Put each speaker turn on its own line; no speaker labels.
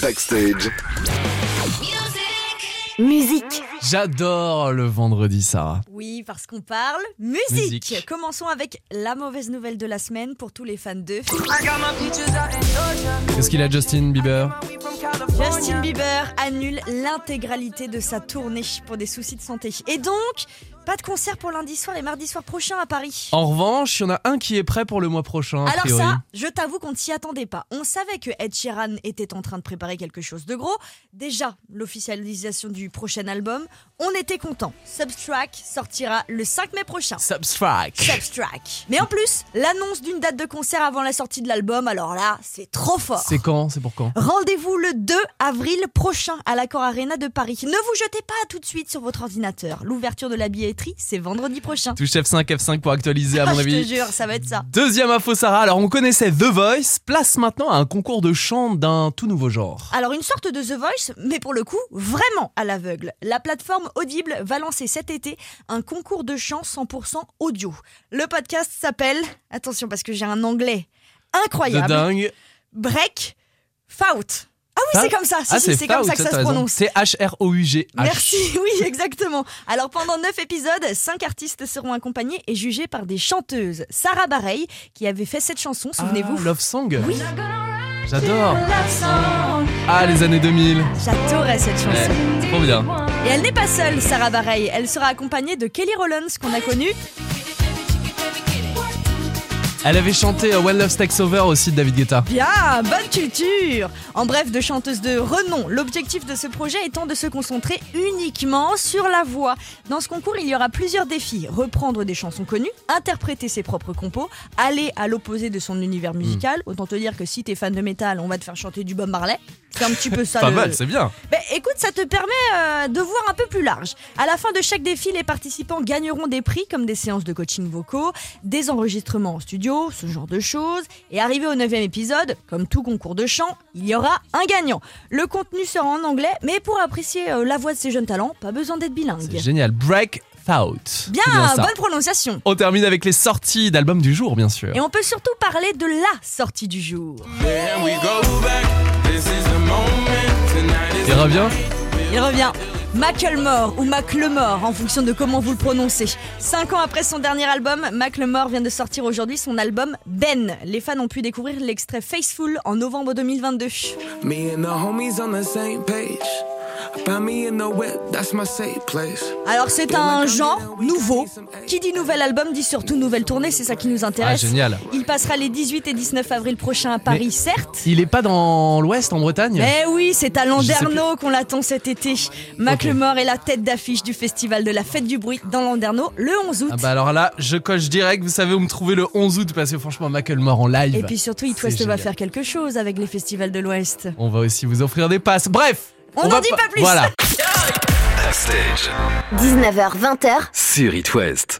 Backstage.
Musique.
J'adore le vendredi, Sarah.
Oui, parce qu'on parle musique.
Musique.
Commençons avec la mauvaise nouvelle de la semaine pour tous les fans de
Qu'est-ce qu'il a, Justin Bieber
Justin Bieber annule l'intégralité de sa tournée pour des soucis de santé. Et donc, pas de concert pour lundi soir et mardi soir prochain à Paris.
En revanche, il y en a un qui est prêt pour le mois prochain. a
Alors
priori.
ça, je t'avoue qu'on ne s'y attendait pas. On savait que Ed Sheeran était en train de préparer quelque chose de gros. Déjà, l'officialisation du prochain album, on était content. Substrack sortira le 5 mai prochain.
Substract.
Substrack. Mais en plus, l'annonce d'une date de concert avant la sortie de l'album, alors là, c'est trop fort.
C'est quand C'est pour quand
Rendez-vous le 2 avril prochain à l'Accor Arena de Paris. Ne vous jetez pas tout de suite sur votre ordinateur. L'ouverture de la billetterie, c'est vendredi prochain.
Touche F5, F5 pour actualiser, à mon
Ah, Je
avis.
te jure, ça va être ça.
Deuxième info, Sarah. Alors, on connaissait The Voice. Place maintenant à un concours de chant d'un tout nouveau genre.
Alors une sorte de The Voice, mais pour le coup, vraiment à l'aveugle. La plateforme Audible va lancer cet été un concours de chant 100% audio. Le podcast s'appelle, attention parce que j'ai un anglais
De
incroyable,
dingue.
Break Faut. Ah oui, c'est
Faut
comme ça. Si, si, c'est comme
Faut,
ça que
t'as
ça se
raison. Ah,
prononce.
C'est H-R-O-U-G.
Merci, oui, exactement. Alors pendant 9 épisodes, 5 artistes seront accompagnés et jugés par des chanteuses. Sarah Bareilles, qui avait fait cette chanson, souvenez-vous.
Ah, Love Song J'adore. Ah, les années 2000.
J'adorais cette chanson.
Ouais, trop bien.
Et elle n'est pas seule, Sarah Bareilles. Elle sera accompagnée de Kelly Rollins, qu'on a connue.
Elle avait chanté euh, When Love Takes Over aussi de David Guetta.
Bien, bonne culture En bref, de chanteuse de renom, l'objectif de ce projet étant de se concentrer uniquement sur la voix. Dans ce concours, il y aura plusieurs défis. Reprendre des chansons connues, interpréter ses propres compos, aller à l'opposé de son univers musical.
Hmm.
Autant te dire que si t'es fan de métal, on va te faire chanter du Bob Marley. C'est un petit peu ça
Pas
le-
mal, c'est bien.
Ben, écoute, ça te permet euh, de voir un peu plus large. À la fin de chaque défi, les participants gagneront des prix comme des séances de coaching vocaux, des enregistrements en studio, ce genre de choses. Et arrivé au neuvième épisode, comme tout concours de chant, il y aura un gagnant. Le contenu sera en anglais, mais pour apprécier euh, la voix de ces jeunes talents, pas besoin d'être bilingue.
C'est génial. Break Out. C'est
Bien,
ça.
bonne prononciation.
On termine avec les sorties d'albums du jour, bien sûr.
Et on peut surtout parler de la sortie du jour.
Il revient
Il revient. Macklemore ou Macklemore, en fonction de comment vous le prononcez. Cinq ans après son dernier album, Macklemore vient de sortir aujourd'hui son album Ben. Les fans ont pu découvrir l'extrait Faceful en novembre 2022.
Me and the homies on the same page. By me in the whip, that's my safe place.
Alors c'est un genre nouveau. Qui dit nouvel album dit surtout nouvelle tournée, c'est ça qui nous intéresse.
Ah, génial.
Il passera les 18 et 19 avril prochains à Paris,
Mais-
certes.
Il est pas dans l'Ouest, en Bretagne
Mais oui, c'est à
Je sais plus.
Landerneau qu'on l'attend cet été. Macklemore est la tête d'affiche du festival de la fête du bruit dans Landerneau le 11 août.
Ah bah alors là, je coche direct, vous savez où me trouver le 11 août parce que franchement, Macklemore en live.
Et puis surtout, It
C'est
West va
génial.
faire quelque chose avec les festivals de l'Ouest.
On va aussi vous offrir des passes. Bref
On n'en
va
dit pas plus.
Voilà.
Backstage.
19h, 20h.
Sur It West.